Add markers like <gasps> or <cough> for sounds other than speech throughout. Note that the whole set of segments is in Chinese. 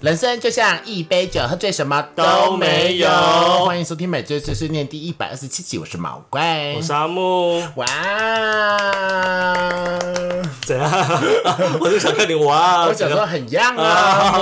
人生就像一杯酒，喝醉什么都都没没有有。欢迎收听《每周碎碎念》第一百二十七集，我是毛怪，我是阿木，哇，怎样？ <laughs> 我就想看你玩。我小时候很样啊。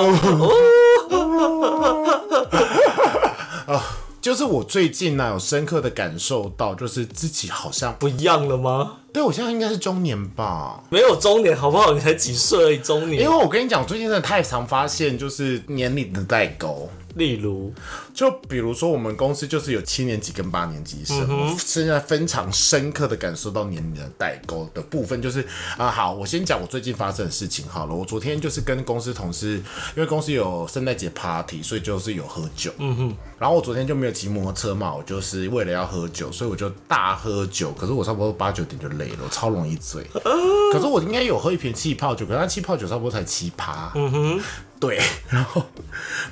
哦就是我最近呢、有深刻的感受到，就是自己好像不一样了吗？对我现在应该是中年吧，没有中年好不好？你才几岁而已，中因为年。我跟你讲，我最近真的太常发现就是年龄的代沟。例如，就比如说，我们公司就是有七年级跟八年级生，我现在非常深刻的感受到年龄的代沟的部分，就是啊、好，我先讲我最近发生的事情好了。我昨天就是跟公司同事，因为公司有圣诞节 party，所以就是有喝酒。嗯哼。然后我昨天就没有骑摩托车嘛，我就是为了要喝酒，所以我就大喝酒。可是我差不多八九点就累了，我超容易 <laughs> 醉。可是我应该有喝一瓶气泡酒，可是它气泡酒差不多才七趴。嗯哼，对， <laughs> 然后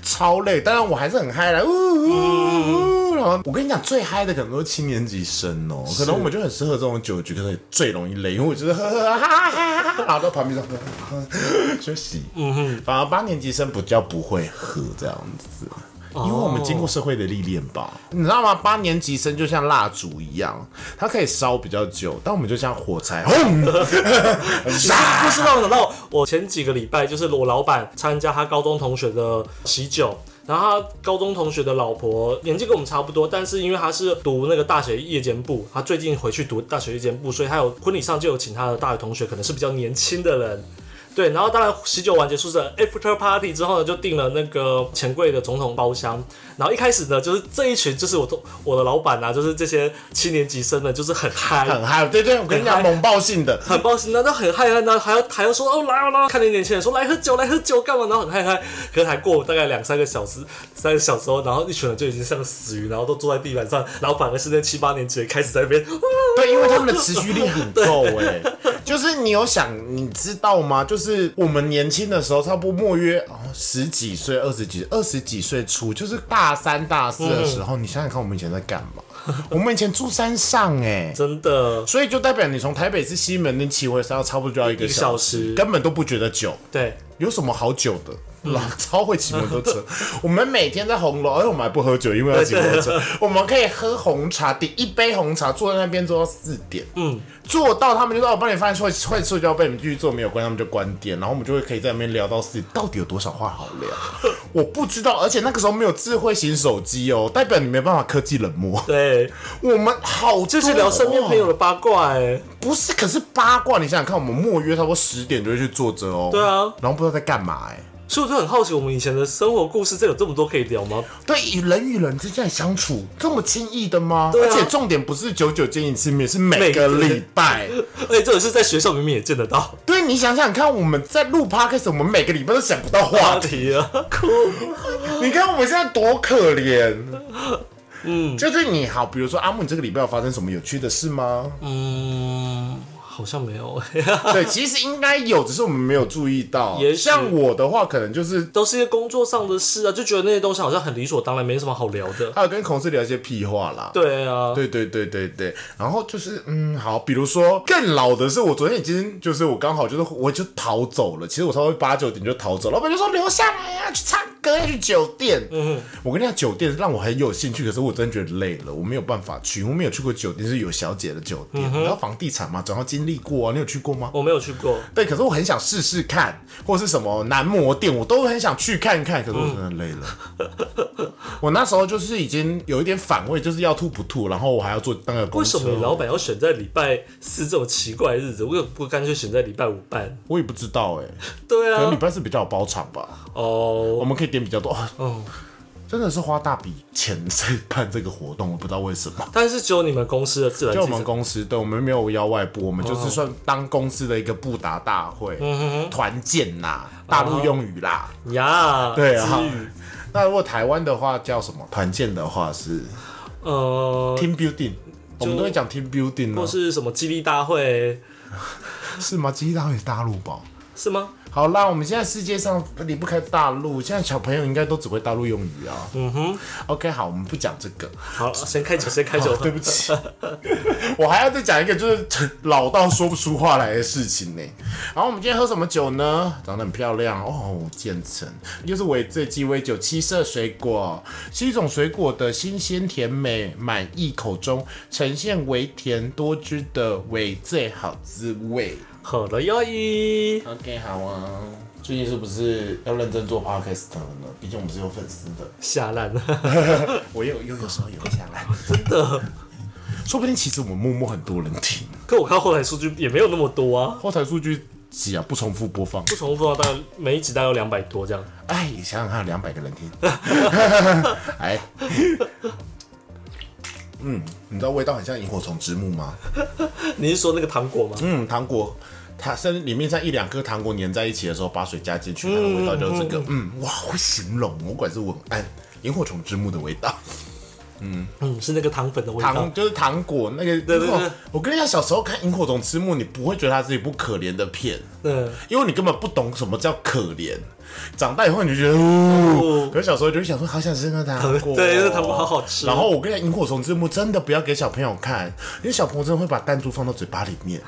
超累，当然我还是很嗨啦，呜呜呜。然后我跟你讲，最嗨的可能都是七年级生哦，可能我们就很适合这种酒局，可能也最容易累，因为我就是 <laughs> 呵呵哈哈哈哈，然后到旁边说 <laughs> 休息。嗯哼，反而八年级生比较不会喝这样子。因为我们经过社会的历练吧，你知道吗？八年级生就像蜡烛一样，它可以烧比较久，但我们就像火柴，轰， <laughs> 不是让我想到，我前几个礼拜就是我老板参加他高中同学的喜酒。然后他高中同学的老婆年纪跟我们差不多，但是因为他是读那个大学夜间部，他最近回去读大学夜间部，所以他有婚礼上就有请他的大学同学，可能是比较年轻的人，对，然后当然喜酒完结束的 after party 之后呢，就订了那个钱柜的总统包厢。然后一开始呢，就是这一群就是我同我的老板啊，就是这些七年级生呢，就是很嗨。很嗨。对对，我跟你讲，很嗨猛爆性的，很抱歉，然后很嗨，然后还要还要说哦来哦来哦，看见年轻人说来喝酒来喝酒干嘛，然后很嗨嗨，可是才过大概两三个小时，三个小时后，然后一群人就已经像死鱼，然后都坐在地板上，然后反而是那七八年级的开始在那边，对，因为他们的持续力很够哎、就是你有想，你知道吗？就是我们年轻的时候，差不多莫约哦十几岁、二十几、二十几岁出，就是大三、大四的时候，你想想看，我们以前在干嘛？我们以前住山上哎、真的所以就代表你从台北市西门你骑回山上，差不多就要一一个个小小时，时，根本都不觉得久。对，有什么好酒的？嗯老超会骑摩托车， <laughs> 我们每天在红楼，而且哎我们还不喝酒，因为要骑摩托 <laughs> 车。我们可以喝红茶，点一杯红茶，坐在那边坐到四点。嗯，坐到他们就说：“我哦帮你翻出来，快睡觉，被你们继续做没有关，他们就关店。”然后我们就会可以在那边聊到四点，到底有多少话好 <laughs> 聊？我不知道，而且那个时候没有智慧型手机哦，代表你没办法科技冷 <laughs> 漠。对，我们好就就是聊身边朋友的八卦哎、不是，可是八卦，你想想看，我们莫约差不多十点就会去坐着哦。对啊然后不知道在干嘛哎、所以我就很好奇，我们以前的生活故事，这有这么多可以聊吗？对，与人与人之间的相处这么轻易的吗？对啊而且重点不是久久见一次面，是每每个个礼拜。而且这种是在学校明明也见得到对，你想想看，我们在录 podcast，我们每个礼拜都想不到话话 <laughs> 题。题啊，哭，啊你看我们现在多可怜。嗯，就是你好，比如说阿木，你这个礼拜有发生什么有趣的事 <laughs> 吗？嗯，好像没有，对，其实应该有，只是我们没有注意到。也许像我的话，可能就是都是一些工作上的事啊，就觉得那些东西好像很理所当然，没什么好聊的。还有跟同事聊一些屁话啦。对啊，对对对对对，然后就是嗯，好，比如说更老的是，我昨天已经就是我刚好就是我就逃走了，其实我差不多八九点就逃走，老板就说留下来呀、去唱歌要去酒店。嗯，我跟你讲，酒店让我很有兴趣，可是我真的觉得累了，我没有办法去，我没有去过酒店，是有小姐的酒店，然后房地产嘛，总要经历过啊，你有去过吗？我没有去过，对，可是我很想试试看，或是什么男模店，我都很想去看看。可是我真的累了， <laughs> 我那时候就是已经有一点反胃，就是要吐不吐，然后我还要做那个公为什车么你老板要选在礼拜四这种奇怪的日子？我有不干脆选在礼拜五办？我也不知道哎、对可能礼啊，拜四比较有包场吧，我哦，们可以点比较多。嗯，真的是花大笔钱在办这个活动，我不知道为什么。但是只有你们公司的自然就我记们者，公司，对我们没有邀外部，我们就是算当公司的一个布达大会、嗯团建啦，大陆用语啦。呀，对啊之语，那如果台湾的话叫什么？团建的话是呃， team building，我们都会啊讲 team building 或呢，是什么激励大会。是吗？其实它也是大陆吧，是吗？好啦，我们现在世界上离不开大陆，现在小朋友应该都只会大陆用语啊。嗯哼，OK，好，我们不讲这个。好，先开酒，先开酒哦，。对不起，我还要再讲一个就是老到说不出话来的事情呢。然后我们今天喝什么酒呢？长得很漂亮哦，建成，又是我这鸡尾酒七色水果，七种水果的新鲜甜美，满意口中，呈现微甜多汁的尾最好滋味。好了，要一 OK，好啊。最近是不是要认真做 podcast 了呢？毕竟我们是有粉丝的，下烂了。 <laughs> 我也有又有时候有下来，真的，说不定其实我们默默很多人听。可我看后台数据也没有那么多啊，后台数据几啊，不重复播放。不重复的话，大概每一集大概有两百多这样。哎，想想看，两百个人听， <laughs> 哎，嗯，你知道味道很像萤火虫之墓吗？你是说那个糖果吗？嗯，糖果，它甚里面像一两颗糖果粘在一起的时候，把水加进去，它的味道就是这个，嗯，哇，会形容，我管是文案。萤火虫之墓的味道，嗯，是那个糖粉的味道糖。就是糖果那个。对对对我跟你讲，小时候看《萤火虫之墓》，你不会觉得它是一部可怜的片，嗯，因为你根本不懂什么叫可怜。长大以后你就觉得，哦，可是小时候就会想说，好想吃那糖果，对那糖果好好吃然后我跟你讲，萤火虫之墓真的不要给小朋友看，因为小朋友真的会把弹珠放到嘴巴里 <gasps> 面，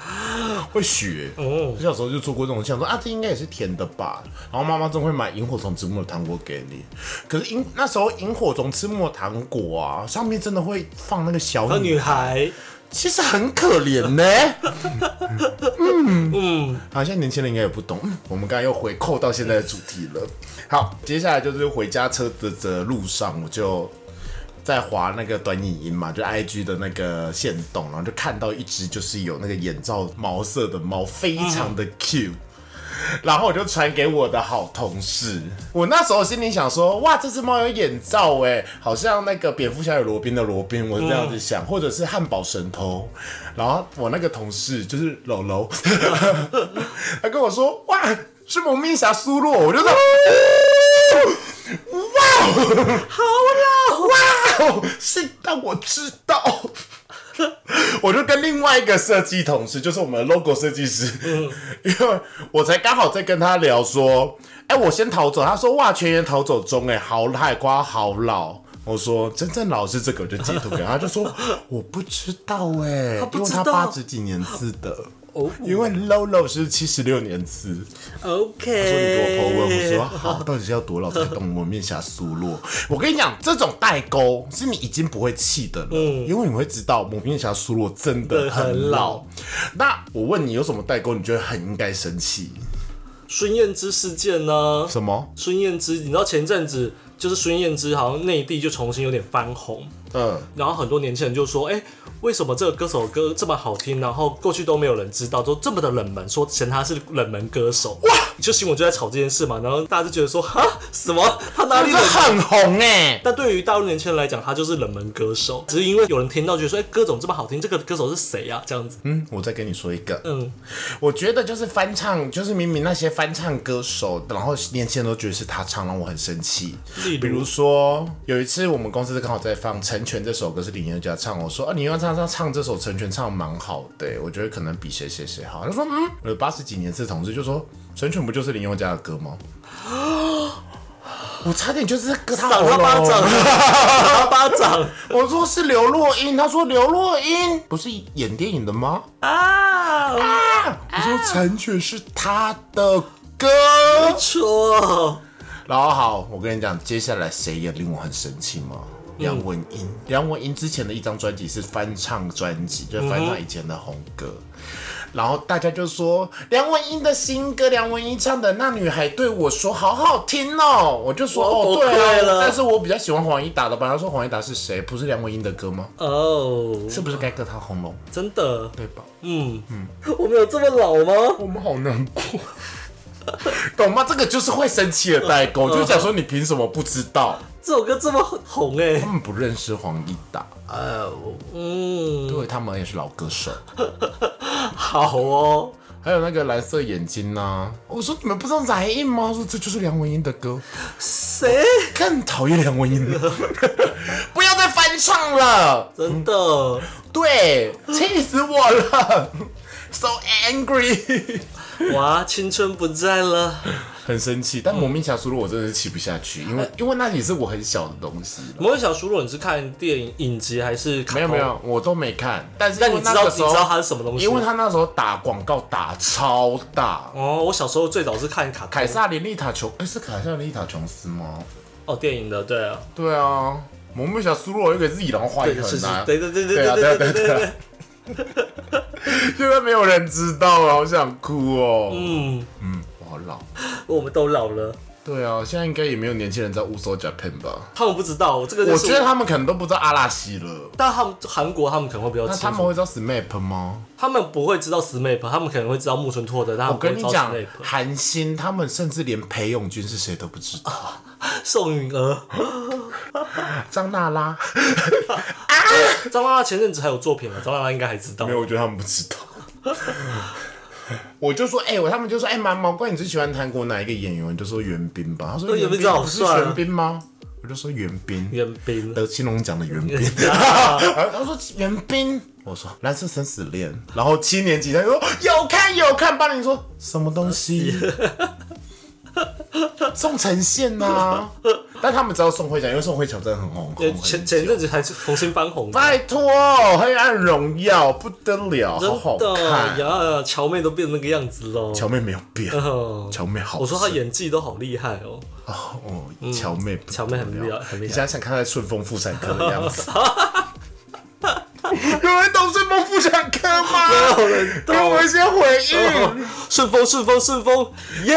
会血。哦我小时候就做过这种，想说啊，这应该也是甜的吧。然后妈妈真会买萤火虫之墓的糖果给你，可是萤那时候萤火虫之墓的糖果啊，上面真的会放那个小和女女孩，其实很可怜呢、嗯嗯，好，现在年轻人应该也不懂。 <laughs> 嗯我们刚才又回扣到现在的主题了。好，接下来就是回家车的的路上，我就在滑那个短影音嘛，就 IG 的那个线动，然后就看到一只就是有那个眼罩毛色的猫，非常的 cute。然后我就传给我的好同事，我那时候心里想说，哇，这只猫有眼罩哎，好像那个蝙蝠侠与罗宾的罗宾，我这样子想，或者是汉堡神偷。然后我那个同事就是柔柔， <laughs> 他跟我说，哇，是蒙面侠苏洛，我就说。哇哦，是让我知道。 <laughs> 我就跟另外一个设计同事，就是我们的 logo 设计师，因为我才刚好在跟他聊说，哎、我先逃走。他说哇，全员逃走中、哎，好海瓜，好老。我说真正老是这个，我就截图给他，他就说我不知道哎、不因为知他道八十几年次的，哦因为 Lolo 是七十六年次。 ，OK。说你给我破问，我 <laughs> 说啊好，到底是要多老才懂我面颊苏落？我跟你讲，这种代沟是你已经不会气的了，因为你会知道蒙面侠苏落真的嗯对很很老老。那我问你有什么代沟，你觉得很应该生气？孙燕姿事件呢？什么？孙燕姿，你知道前阵子就是孙燕姿好像内地就重新有点翻红，嗯，然后很多年轻人就说，哎、为什么这个歌手歌这么好听，然后过去都没有人知道，都这么的冷门，说嫌他是冷门歌手，哇，就新闻就在炒这件事嘛，然后大家就觉得说，哈，什么他哪里这冷门？很红哎、但对于大陆年轻人来讲，他就是冷门歌手，只是因为有人听到觉得说，哎、歌怎么这么好听？这个歌手是谁呀、啊？这样子，嗯，我再跟你说一个，嗯，我觉得就是翻唱，就是明明那些翻唱歌手，然后年轻人都觉得是他唱，让我很生气。例比如如，说有一次我们公司刚好在放《成全》这首歌是林宥嘉唱，我说啊，你要唱唱唱这首《成全》唱得蛮好的、欸我觉得可能比谁谁谁好。他说嗯，我八十几年次同事就说《成全》不就是林宥嘉的歌吗？ <gasps> 我差点就是割他赏喉他巴掌，咙。赏他巴掌我说是刘若英，他说刘若英不是演电影的吗？啊！我说成全是他的歌。错，然后好，我跟你讲，接下来谁也令我很生气吗？梁文音，梁文音之前的一张专辑是翻唱专辑，就是翻唱以前的红歌。然后大家就说梁文音的新歌，梁文音唱的《那女孩对我说》好好听哦，我就说我哦我对快了，了但是我比较喜欢黄义达的吧。他说黄义达是谁？不是梁文音的歌吗？哦，是不是该割他喉咙？真的，对吧？嗯嗯，我们有这么老吗？我们好难过，懂吗？这个就是会生气的代沟，就想说你凭什么不知道？这首歌这么红哎、他们不认识黄义达。呃，我嗯，因为他们也是老歌手，好哦，还有那个蓝色眼睛呐、我说你们不知道翟印吗？啊他说这就是梁文音的歌，谁？更讨厌梁文音 <laughs> 了，不要再翻唱了，真的，对，气死我了。 so angry，哇，青春不在了。很生气。但《蒙面侠苏洛》我真的是气不下去，因呃为因为那也是我很小的东西。魔鬼小熟肉，你是看电影影集还是卡没有通没，有，我都没看。但是但因哦你为那知道个你时知候道它是什么东西吗？因为他那时候打广告打超大，哦，我小时候最早是看卡通凯撒琳丽塔琼，哎、是凯撒琳丽塔琼斯吗？哦电影的，对啊，对啊，蒙面侠苏洛有一个自己然后画一对个是很是是难，，对对对对对啊对对啊对对啊对对啊，现在没有人知道了，好想哭哦。嗯嗯，我好老。我们都老了，对啊，现在应该也没有年轻人在乌索 Japan <laughs> 吧？他们不知道这个就我是，觉得他们可能都不知道阿拉西了。但他们韩国他们可能会比较那清他们楚，会知道 SMAP 吗？他们不会知道 SMAP，他们可能会知道木村拓哉，但他我们不会跟知你道讲 SMAP，。韩星他们甚至连裴勇俊是谁都不知道。 <laughs> 宋允儿， <laughs> 张娜拉张拉拉前阵子还有作品嘛，啊张拉拉应该还知道没。有，我觉得他们不知道。 <laughs> 我就说，哎、我他们就说，哎、毛毛怪，你最喜欢韩国哪一个演员？我就说袁彬吧。他说对袁袁彬彬好不是帅啊玄彬吗？我就说袁彬，袁彬，得青龙奖的袁彬。 <laughs> 他说袁彬，我说蓝色生死恋，然后七年级他就说有看有看，八零说什么东 <laughs> 西？宋承宪呐、但他们知道宋慧乔，因为宋慧乔真的很红。红很前前阵子还是重新翻红，拜托，《黑暗荣耀》不得了，好好真的看。呀，乔妹都变那个样子喽。乔妹没有变，哦乔妹好深。我说她演技都好厉害哦，哦，乔妹不得了，乔妹很厉害很厉害你想想看，她在顺丰妇产科的样 <laughs> 子。有人懂顺丰妇产科吗？没有人懂给我一些回应。哦顺风顺风顺风，耶！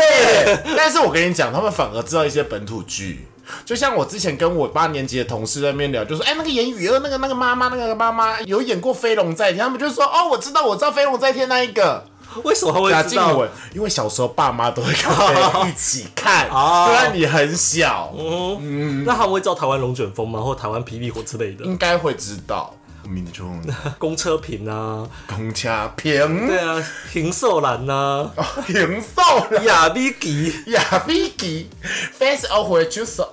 但是我跟你讲，他们反而知道一些本土剧。就像我之前跟我八年级的同事在那边聊，就说，哎、那个严雨二，那个那个妈妈，那个妈妈有演过《飞龙在天》，他们就说，哦，我知道，我知道《飞龙在天》那一个。为什么她贾会知静道？雯，因为小时候爸妈都会跟我们一起看， <laughs> 哦虽然你很小，嗯那他们会知道台湾龙卷风吗？或台湾霹雳火之类的？应该会知道。民众公车屏啊，公家平 <laughs> 对啊，平寿兰呐，平瘦了亚比吉，亚比吉，face off 回去手，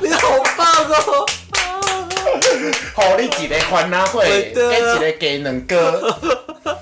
你好棒哦！好你一个欢乐会，对啊跟一个 <laughs> 鸡卵糕。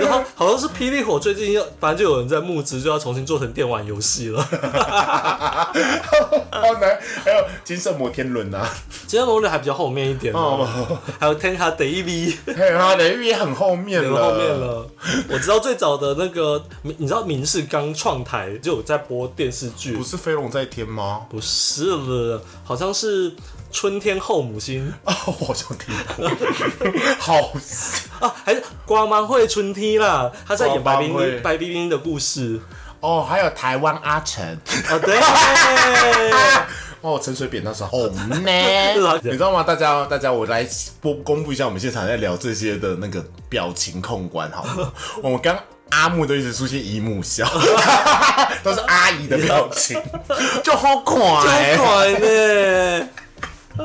然后好像是霹雳火最近要，反正就有人在募资，就要重新做成电玩游戏了。好难，还有金色摩天轮啊，今天龙人还比较后面一点哦哦，还有天卡 Daily。还有他雷雨也很后面很了，后面了，我知道最早的那个，你知道民视刚创台就有在播电视剧不，是飞龙在天吗？ <laughs> 不是了，好像是春天后母星哦，我好像听 <laughs> 过，好啊，还是瓜妈会春天啦，她在演白冰瓜妈会冰白冰冰的故事哦，还有台湾阿成。啊，对， <laughs> 哦，陈水扁那时候红呢啊， <laughs> 你知道吗？大家，大家，我来播公布一下，我们现场在聊这些的那个表情控管好了。我们刚阿木都一直出现姨母笑，都是阿姨的表情，就好欸可真爱快 <laughs> 呢，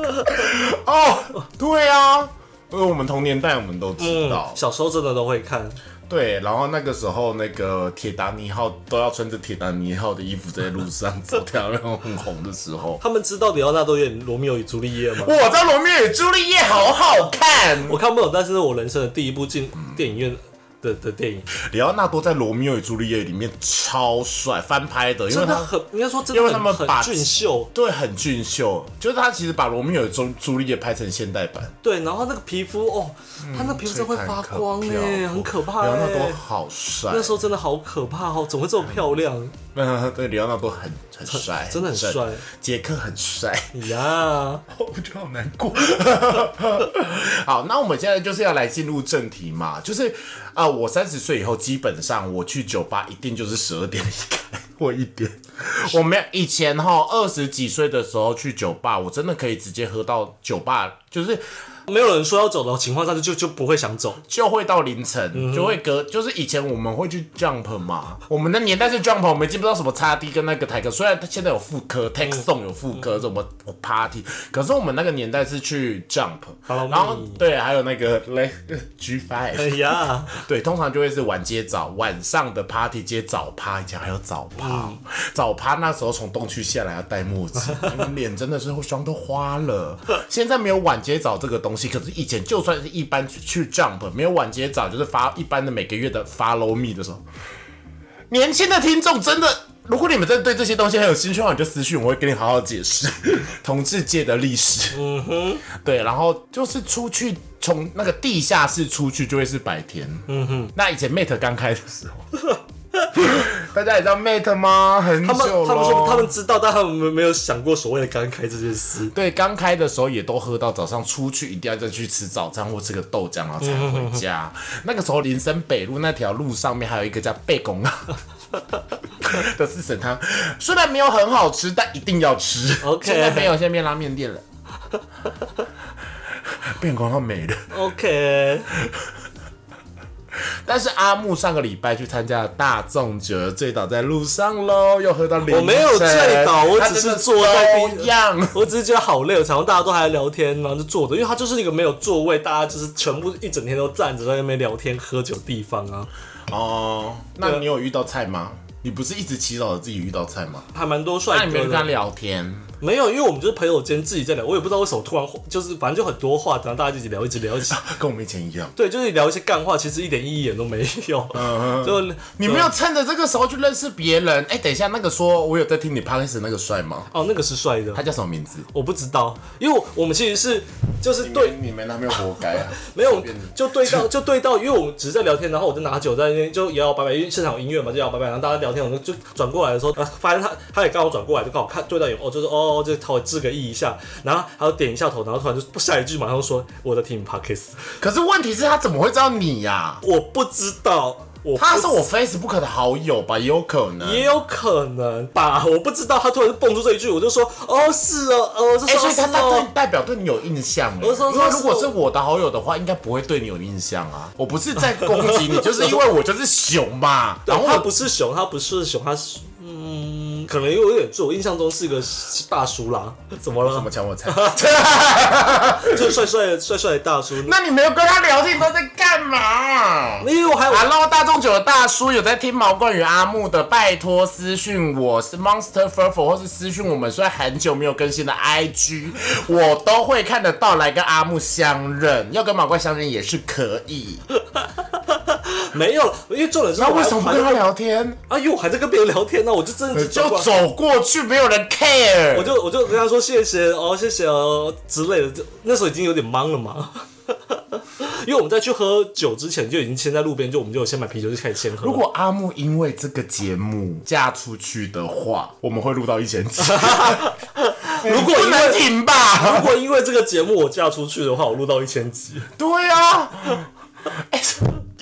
哦。对啊，因为我们同年代，我们都知道嗯，。小时候真的都会看，对，然后那个时候，那个铁达尼号都要穿着铁达尼号的衣服在路上走，跳，然后很红的时候。他们知道里奥纳多演罗密欧与朱丽叶吗？我知道《罗密欧与朱丽叶》好好看，我看不懂，但是我人生的第一部进电影院的的电影，里奥纳多在《罗密欧与朱丽叶》里面超帅，翻拍的，因为真的他很应该说真因的为他很们把很俊秀，对很俊秀，就是他其实把《罗密欧与朱朱丽叶》拍成现代版，对，然后那个皮肤哦，嗯他那皮肤真的会发光哎、很可怕里哎、奥纳多好帅，那时候真的好可怕哦，怎么会这么漂亮嗯， <laughs> 对，里奥纳多很很帅，真的很帅，杰克很帅。哎呀？我觉得好难过。 <laughs> 好，那我们现在就是要来进入正题嘛，就是啊、我三十岁以后，基本上我去酒吧一定就是十二点离开或一点。我没有以前哈，二十几岁的时候去酒吧，我真的可以直接喝到酒吧，就是没有人说要走的情况下就就就不会想走，就会到凌晨，就会隔，就是以前我们会去 Jump 嘛，我们的年代是 Jump，我们已经不知道什么叉 D 跟那个台客，虽然它现在有副科 t e x Song 有副科什么 Party，可是我们那个年代是去 Jump， Follow me 然后对，还有那个 G Five，哎呀，对，通常就会是晚接早，晚上的 party 接早趴，以前还有早趴，早趴那时候从东区下来要戴墨镜，因为脸真的是会妆都花了。现在没有晚接早这个东西。可是以前就算是一般去 Jump 没有晚节早，就是发一般的每个月的 Follow Me 的时候，年轻的听众真的，如果你们真的对这些东西很有兴趣的话，你就私讯我，我会跟你好好解 <laughs> 释同志界的历史。嗯哼，对，然后就是出去从那个地下室出去就会是白天。嗯哼，那以前 Mate 刚开的时候。 <laughs> 大家也知道 Mate 吗？很久 <laughs> 他们了。他们说他们知道，但他们没有想过所谓的刚开这件事。对，刚开的时候也都喝到早上，出去一定要再去吃早餐或吃个豆浆，然后才回家。嗯那个时候林森北路那条路上面还有一个叫贝公啊的四神汤，虽然没有很好吃，但一定要吃。 OK 现在没有，现在变拉面店了。变广告没了， OK，但是阿木上个礼拜去参加了大众酒，醉倒在路上喽，又喝到凌晨。我没有醉倒我他只是真的坐在地遭殃我只是觉得好累，我常常大家都还在聊天，然后就坐着，因为它就是一个没有座位，大家就是全部一整天都站着在那边聊天喝酒的地方啊，哦，那你有遇到菜吗？你不是一直祈祷着自己遇到菜吗？还蛮 <laughs> 多那帅你没有哥跟他的。聊天？没有，因为我们就是朋友间自己在聊，我也不知道为什么突然就是反正就很多话，然后大家就一直聊，一直聊，一起 <laughs> 跟我们以前一样。对，就是聊一些干话，其实一点意义也都没有。 <laughs> 就你没有趁着这个时候去认识别人。哎、等一下，那个说我有在听你 podcast 的那个帅吗？哦，那个是帅的他，叫什么名字？我不知道，因为我们其实是就是对你们那边活该啊！ <laughs> 没有，就对到 <laughs> 就对到，因为我们只是在聊天，然后我就拿酒在那边就摇摇摆摆，因为现场有音乐嘛，就摇摇摆摆，然后大家聊天，我就就转过来的时候，呃发现他他也刚好转过来，就刚好看对到眼，哦，就是哦，哦就稍微致个意一下，然后还有点一下头，然后突然就下一句马上说我的 team pockets，可是问题是，他怎么会知道你呀、 <laughs> 我不知道，我不他是我 Facebook 的好友吧？也有可能。也有可能吧，我不知道，他突然蹦出这一句，我就说哦是哦，哦这哎、是所哦以是他他对哦，代表对你有印象哎、我说因为说如果是是我的好友的话，应该不会对你有印象啊。我不是在攻击 <laughs> 你，就是因为我就是熊嘛。然然后后他我不是熊，他不是熊，他是嗯，可能因为我有点醉，我印象中是个大叔啦，怎么了？怎么抢我 <laughs> 菜？ <laughs> 就是帅帅的帅帅的大叔。啊那你没有跟他聊天，你都在干嘛？因为我还有 Hello，大众酒的大叔有在听毛冠宇阿木的，拜托私讯我是 Monster Furfur，或是私讯我们，虽然很久没有更新的 IG，我都会看得到来跟阿木相认，要跟毛怪相认也是可以。没有了，因为重点是那我为还什么不还跟在他聊 <laughs> 天？啊？因为我还在跟别人聊天呢，我就真的你是就走过来，走过去，没有人 care。我就我就跟他说谢谢哦，谢谢哦之类的。就那时候已经有点懵了嘛， <laughs> 因为我们在去喝酒之前就已经先在路边，就我们就有先买啤酒就开始先喝。如果阿木因为这个节目嫁出去的话，我们会录到一千 <laughs> 集。如果哎不因能为停吧？如果因为这个节目我嫁出去的话，我录到一千集，对啊，哎、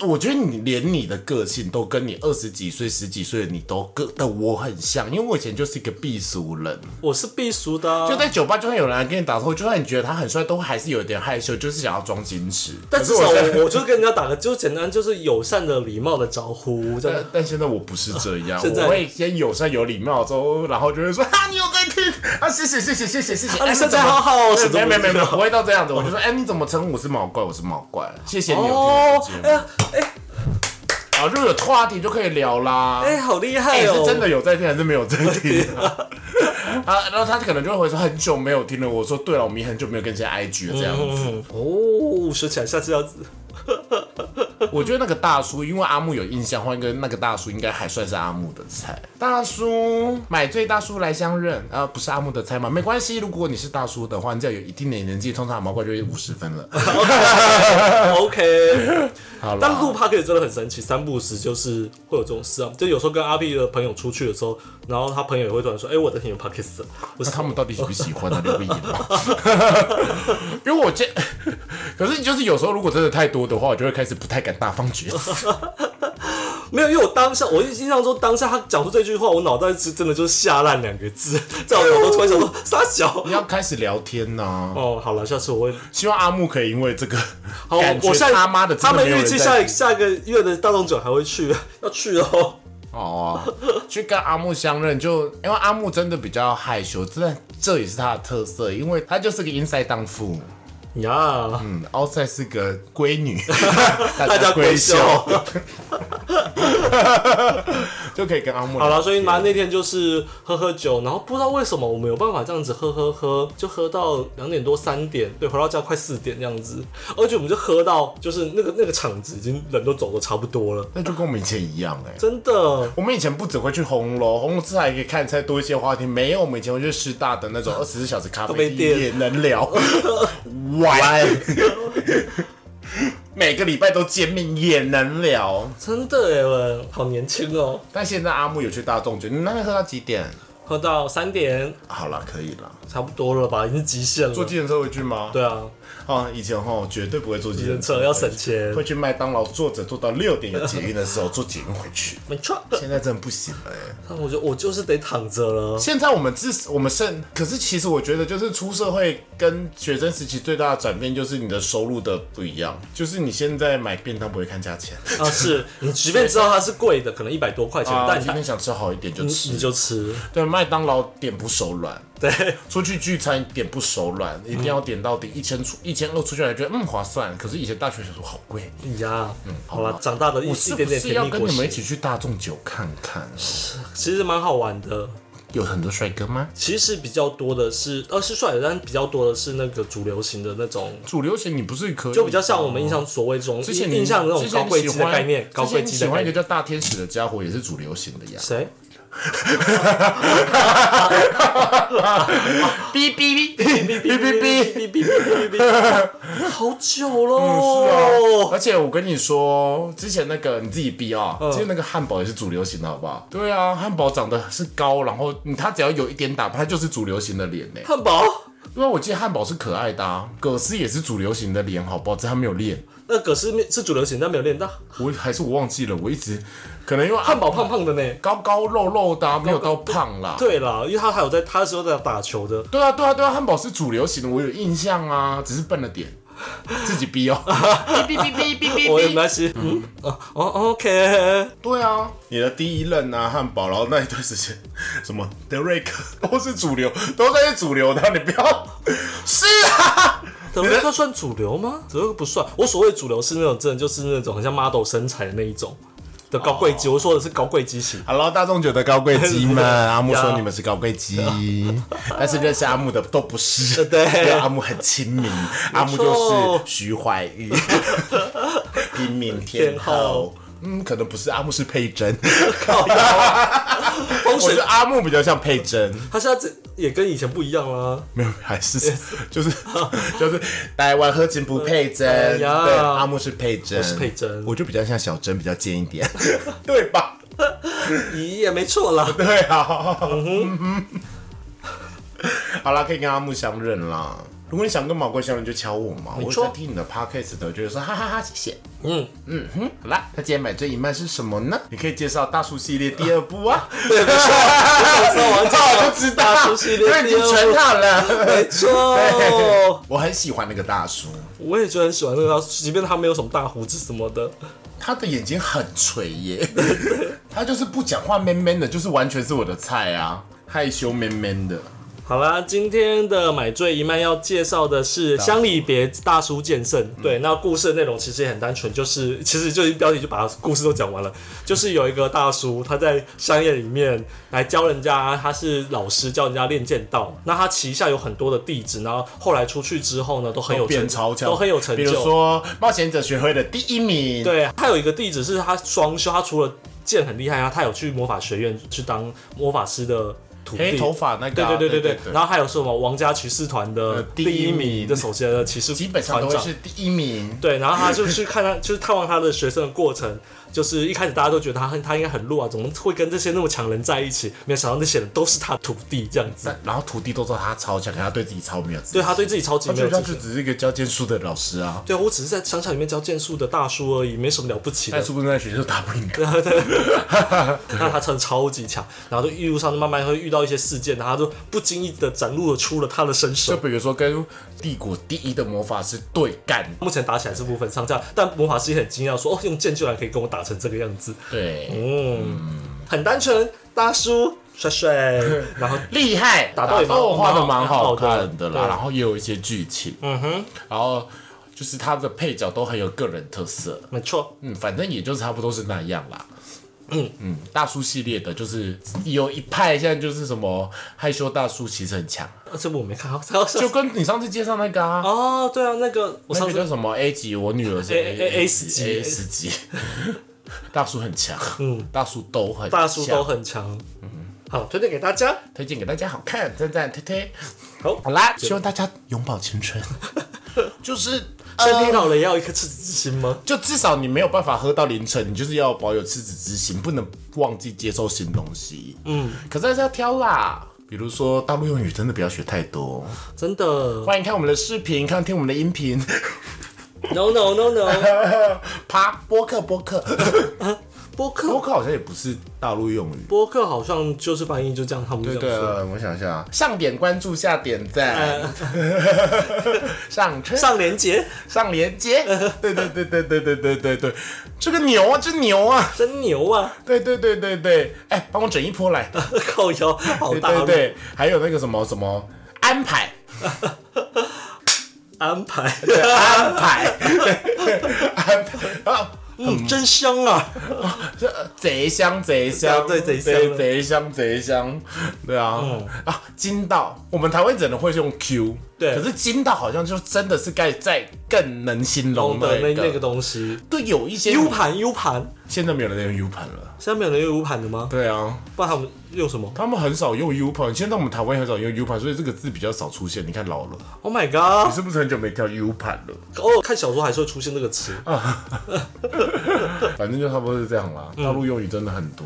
我觉得你连你的个性都跟你二十几岁、十几岁的你都跟的我很像，因为我以前就是一个避俗人，我是避俗的、啊。就在酒吧，就算有人来跟你打招呼，就算你觉得他很帅，都还是有点害羞，就是想要装矜持。但可至是少我现在我我就跟人家打个，就简单就是友善的、礼貌的招呼，这样但但现在我不是这样， <laughs> 现在我会先友善有礼貌之后，然后就会说啊，你有在听啊，谢谢谢谢谢谢谢谢，啊哎你身材怎么好好哦对什么没有没有没有没有，什么不会到这样子，我就说哎，你怎么称呼我是毛怪，我是毛怪，谢谢你有听我哦的节，目哎呀哎然后就有话题就可以聊啦。哎，好厉害哎、哦！是真的有在听还是没有在听啊？ <laughs> 啊然后他可能就会回说很久没有听了。我说对了，我们也很久没有更新 IG 了，这样子。嗯哦，学起来，下 <laughs> 次要我觉得那个大叔，因为阿木有印象，换一个那个大叔应该还算是阿木的菜。大叔买醉，大叔来相认，啊，不是阿木的菜吗？没关系，如果你是大叔的话，你只要有一定的年纪，通常毛怪就会五十 <laughs> 分了。 OK。好但了，录 p o d c 真的很神奇，三不五时就是会有这种事啊。就有时候跟阿 B 的朋友出去的时候，然后他朋友也会突然说：“哎、我在听 p o d c a 那 <laughs> 我是他们到底喜不喜欢啊？留个言吧。 <laughs> 因为我见， <laughs> 可是就是有时候如果真的太多的话，我就会开始不太敢大放厥词。 <laughs> 没有，因为我当下我印象中当下他讲出这句话，我脑袋是真的就是下烂两个字，在我脑中突然想说傻小你。要开始聊天啊呐、哦，好了，下次我会希望阿木可以因为这个， <laughs> 好，感我觉我下他妈的真他的们没有预人计在下听下个月的大众酒还会去，要去 <laughs> 哦。哦、 <laughs> 去跟阿木相认就，因为阿木真的比较害羞，真的这也是他的特色，因为他就是个 inside 荡妇，呀、 <laughs> 嗯，outside 是个闺女，大家闺秀 <laughs> 就可以跟阿木好聊天了，所以嘛，那天就是喝喝酒，然后不知道为什么我们有办法这样子喝喝喝，就喝到两点多三点，对，回到家快四点这样子，而且我们就喝到就是那个那个场子已经人都走的差不多了，那就跟我们以前一样哎、真的。我们以前不只会去红楼，红楼至少还可以看菜多一些话题。没有，我们以前会去师大的 <laughs> 那种二十四小时咖啡咖啡店也店能 <laughs> 聊。玩，每个礼拜都见面也能聊。真的哎，我好年轻哦、但现在阿木有去大众酒，你那天喝到几点？喝到三点好了，可以了。差不多了吧，已经极限坐了。计程车回去吗？对啊，啊，以前吼绝对不会坐计人程车车，要省钱会，去麦当劳坐着坐到六点有捷运的时候坐捷运回去。没错。现在真的不行了、欸。那我就我就是得躺着 <laughs> 了。现在我们至我们剩，可是其实我觉得就是出社会跟学生时期最大的转变就是你的收入的不一样，就是你现在买便当不会看价钱，啊，是你即便知道它是贵的，可能一百多块钱，啊，但今你还天想吃好一点就你吃。就吃。对，麦当劳点不手软，对， <laughs> 出去聚餐点不手软，一定要点到底，一千出一千二出去还觉得嗯划算，可是以前大学想说好贵。呀，好了，长大的一嗯我是一不点点是甜要蜜跟果你们一实，起去大众酒看看？其实蛮好玩的。有很多帅哥吗？其实比较多的是，呃，是帅的，但比较多的是那个主流型的那种，主流型你不是可以就比较像我们印象所谓中之前你印象那种之前高贵你喜机的欢概念，之高前贵你机喜的欢概一个念。叫大天使的家伙也是主流型的 <laughs> 呀。谁？哔哔哔哔哔哔。哔哔哔哔哔，那好久喽。啊而且我跟你说，之前那个你自己逼啊，嗯之前那个汉堡也是主流型的，好不好？对啊，汉堡长得是高，然后你他只要有一点打扮，他就是主流型的脸呢。汉堡，因为我记得汉堡是可爱的啊，葛斯也是主流型的脸，好不好？只是他没有练，那可是面是主流型，但没有练到。我还是我忘记了，我一直可能因为汉堡胖胖的呢。高高肉肉的、啊，没有到胖啦。对啦，因为他还有在他是有在打球的，对啊，对啊，对啊，汉堡是主流型的，我有印象啊，只是笨了 <laughs> 点，自己逼哦。哔哔哔哔哔我也没关系。嗯，哦哦，OK。对啊，你的第一任啊，汉堡，然后那一段时间，什么德瑞克都是主流，都在是主流的，你不要。是啊，德瑞克算主流吗？德瑞克不算。我所谓主流是那种真的就是那种很像 model 身材的那一种的高贵肌。我说的是高贵肌型。好了，大众酒的高贵鸡们，阿木说 <laughs> 呀你们是高贵 <laughs> 鸡，但是认识阿木的都不是，对因为阿木很亲民，阿木就是徐怀 <laughs> 钰，平民天天后后。嗯，可能不是阿木是佩珍，靠腰啊风 <laughs> 我觉水得，阿木比较像佩 <laughs> 珍，他现在这也跟以前不一样啦。没有还是就是就是台湾喝情不配真，哎对，呀阿木是配真，我是佩珍我就比较像小珍，比较尖一点， <laughs> 对吧？咦，也没错 <laughs> 啦。对啊，嗯 <laughs> 好啦，可以跟阿木相认啦。如果你想跟毛怪相认，就敲我嘛。我错在听你的 podcast 的，就是说哈哈哈，谢谢。嗯，嗯哼，好啦，那今天买醉一漫是什么呢？你可以介绍大叔系列第二部啊。对，没错。 <laughs> 我说完之 <laughs> 我后就知大道，叔 <laughs> 系列都已经存第二好了。部没错。我很喜欢那个大叔， <laughs> 我也觉得很喜欢那个，即便他没有什么大胡子什么的，他的眼睛很垂耶， <laughs> 他就是不讲话 man man 的，就是完全是我的菜啊，害羞 man man 的。好啦，今天的买醉一漫要介绍的是《乡里别大叔剑圣》。嗯对，那故事的内容其实也很单纯，就是 <laughs> 其实就是标题就把故事都讲完了。就是有一个大叔，他在乡野里面来教人家，他是老师教人家练剑道。那他旗下有很多的弟子，然后后来出去之后呢，都很有变成超强，都很有成就。比如说冒险者学会的第一名，，对，他有一个弟子是他双修，他除了剑很厉害啊，他有去魔法学院去当魔法师的徒弟。黑头发那个啊、对对对对呃对对，然后还有什么王家骑士团的第第一一名名的首席的骑士基本上团都会长，是第一名。对，然后他就去看他， <laughs> 就是探望他的学生的过程，就是一开始大家都觉得他很他应该很弱啊，怎么会跟这些那么强人在一起？没有想到那些人都是他徒弟这样子，但然后徒弟都知道他超强，可他对自己超没有自信，对他对自己超级他没觉有得他自就信。只是一个教剑术的老师啊，对，我只是在商场里面教剑术的大叔而已，没什么了不起的但。是不是在学校打不赢他？ <laughs> 那他真的超级强，然后就一路上慢慢会遇到一些事件，然后他就不经意的展露了出了他的身就手。比如说跟帝国第一的魔法师对干，目前打起来是部分上下，但魔法师也很惊讶说：“哦，用剑居然可以跟我打成这个样子，对，嗯很单纯，大叔帅帅。” <laughs> 然后厉害，打斗也蛮画的蛮好蛮好的看的啦，对然后也有一些剧情，嗯哼，然后。就是他的配角都很有个人特色。没错，嗯，反正也就差不多是那样啦。嗯嗯，大叔系列的就是有一派现在就是什么害羞大叔，其实很强，啊这部我没看到。就跟你上次介绍那个啊，哦，对啊，那个我那上个次叫什么 A 级，我女儿是 A- A- A- A 十级 A 十级，大叔很强，嗯，大叔都很大叔都强很强，嗯好，推荐给大家。推荐给大家好看，赞赞推推。好好啦，希望大家永葆青 <laughs> 春。就是现在听到了也要一颗赤子之心吗？就至少你没有办法喝到凌晨，你就是要保有赤子之心，不能忘记接受新东西。嗯，可是还是要挑啦。比如说大陆用语真的不要学太 <laughs> 多，真的欢迎看我们的视频，看听我们的音频， <laughs> ，no no no no，啪播客播客，哦播播客客好像也不是大陆用语。播客好像就是翻译就这样，他们就对这对样说。对，我想一下，上点关注，下点赞，呃， <laughs> 上车上连结，上连接，对对对对对对对对对，这个牛啊，这牛啊，真牛啊！对对对对对，哎，帮我整一波来，靠腰，哦好对大对陆对，还有那个什么什么安排， <laughs> 安排，对啊安排，安排啊， <laughs> 嗯，真香啊！这贼香贼香，对贼香嗯对贼香贼香，对啊啊，金道，我们台湾人的会用 Q，对可是金道好像就真的是该再更能形容懂得那哦那一那个个，东西对，有一些，U 盘 U 盘，现在没有人用 U 盘了，现在没有人用 U 盘的吗？对啊。不然他们用什么他们很少用 U 盘，现在我们台湾也很少用 U 盘，所以这个字比较少出现。你看老了， ？Oh my god！你是不是很久没看到 U 盘了？偶尔看小说还是会出现这个词。反正就差不多是这样啦。大陆用语真的很多，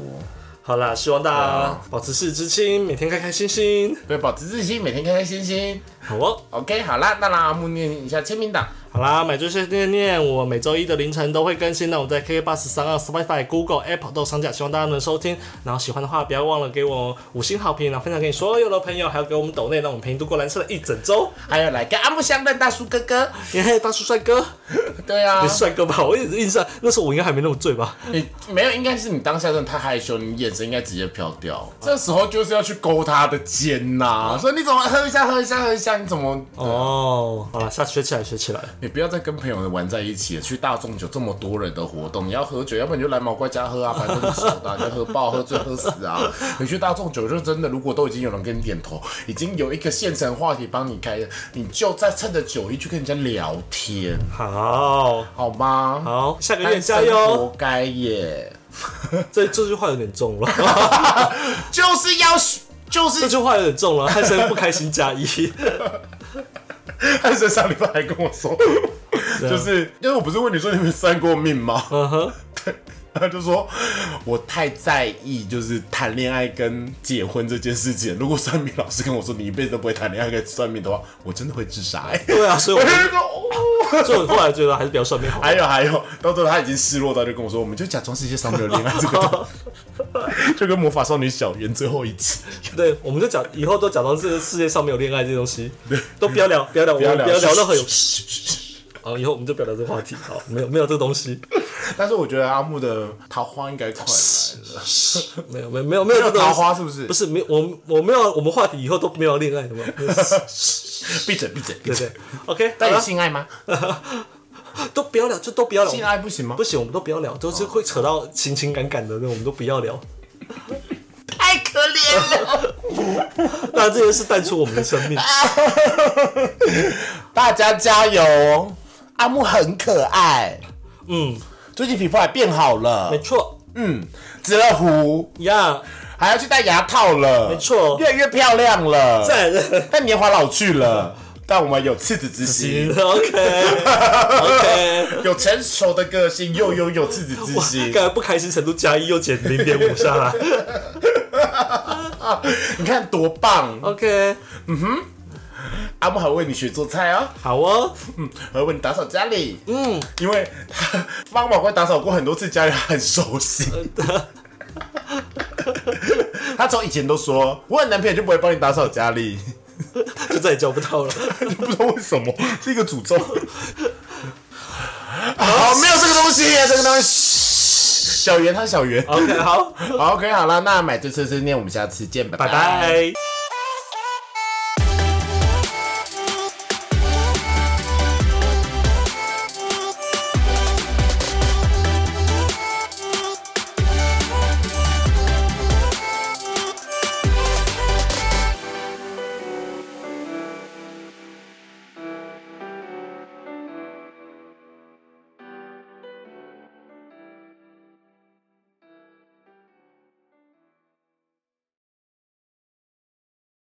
好啦，希望大家保持四之清，每天开开心心。对，保持自信，每天开开心心。好哦， OK，好啦，那啦，木念一下签名档。好啦，买醉碎念念，我每周一的凌晨都会更新。那我们在 KK Bus 三二 Spotify、Google、Apple 都有上架，希望大家能收听。然后喜欢的话，不要忘了给我五星好评，然后分享给你所有的朋友，还有给我们抖内，让我们陪你度过蓝色的一整周。还有来个阿木相认大叔哥哥，耶、大叔帅哥，对啊你，是帅哥吧？我一直印象，那时候我应该还没那么醉吧？你没有，应该是你当下真的太害羞，你眼神应该直接飘掉。这时候就是要去勾他的肩呐、啊所以你怎么喝一下，喝一下，喝一下，你怎么哦，好了，下次学起来，学起来。你不要再跟朋友玩在一起了，去大众酒这么多人的活动，你要喝酒，要不然你就来毛怪家喝啊，反正你熟的啊、你就喝爆、喝醉、喝死 <laughs> 啊。你去大众酒就真的，如果都已经有人跟你点头，已经有一个现成话题帮你开了，你就再趁着酒意去跟人家聊天，好好吗？好，下个单月身加油。哦活该耶！ <laughs> 这这句话有点重了， <laughs> 就是要 <laughs> 就这 <laughs> 是句话有点重了，汉生不开心加一。 <laughs> 汉生上礼拜还跟我 <laughs> 说，就是因为我不是问你说你们算过命吗？啊嗯哼， <laughs> 他就说：“我太在意就是谈恋爱跟结婚这件事情。如果算命老师跟我说你一辈子都不会谈恋爱跟算命的话，我真的会自杀、欸。”对啊，所以我我就就说哦。所以我后来觉得还是比较算 <laughs> 命好。还有还有，到最后他已经失落到就跟我说，我们就假装世界上没有恋爱这个东 <laughs> 西，就跟魔法少女小圆最后一集，对，我们就讲以后都假装这个世界上没有恋爱这些东西，都不要聊，不要聊，我不要们聊不要聊任何有。嘘嘘嘘嘘啊，以后我们就不要聊这个话题。好，没有没有这个 <laughs> 东西，但是我觉得阿木的桃花应该快来了，没有没有没有没没有这有个桃东西。花是不是？不是没有我们我没有我们话题以后都没有 <laughs> 恋爱的嘛，对闭嘴闭嘴闭不嘴 <laughs> 对。？OK，但好有啦性爱吗？都不要聊，就都不要聊。性爱啊不行吗不？行，我们都不要聊，都是会扯到情情感感的那种，我们都不要聊。太可怜了。那这件事淡出我们的生命。 <laughs> 大家加油哦！阿木很可爱，嗯，最近皮肤还变好了没，错嗯，植了胡，呀，还要去戴牙套了，没错越来越漂亮了，赞但年华老去了，但我们有赤子之心， ，OK OK。 <laughs> 有成熟的个性，又拥有赤子之心。刚才不开心程度加一又减零点五下来你看多棒！ ，OK，阿木还为你学做菜哦，好哦，嗯，还为你打扫家里，嗯，因为 <laughs> 他帮宝乖打扫过很多次家里，他很熟悉。 <laughs> 他从以前都说，我有男朋友就不会帮你打扫家里， <laughs> 就再也叫不到了。不知道为什么是一个诅咒。好，没有这个东西，这个东西。 <laughs> 小圆，他是小圆。 OK，好，好，OK，好了，那买醉碎碎念，我们下次见，拜拜拜。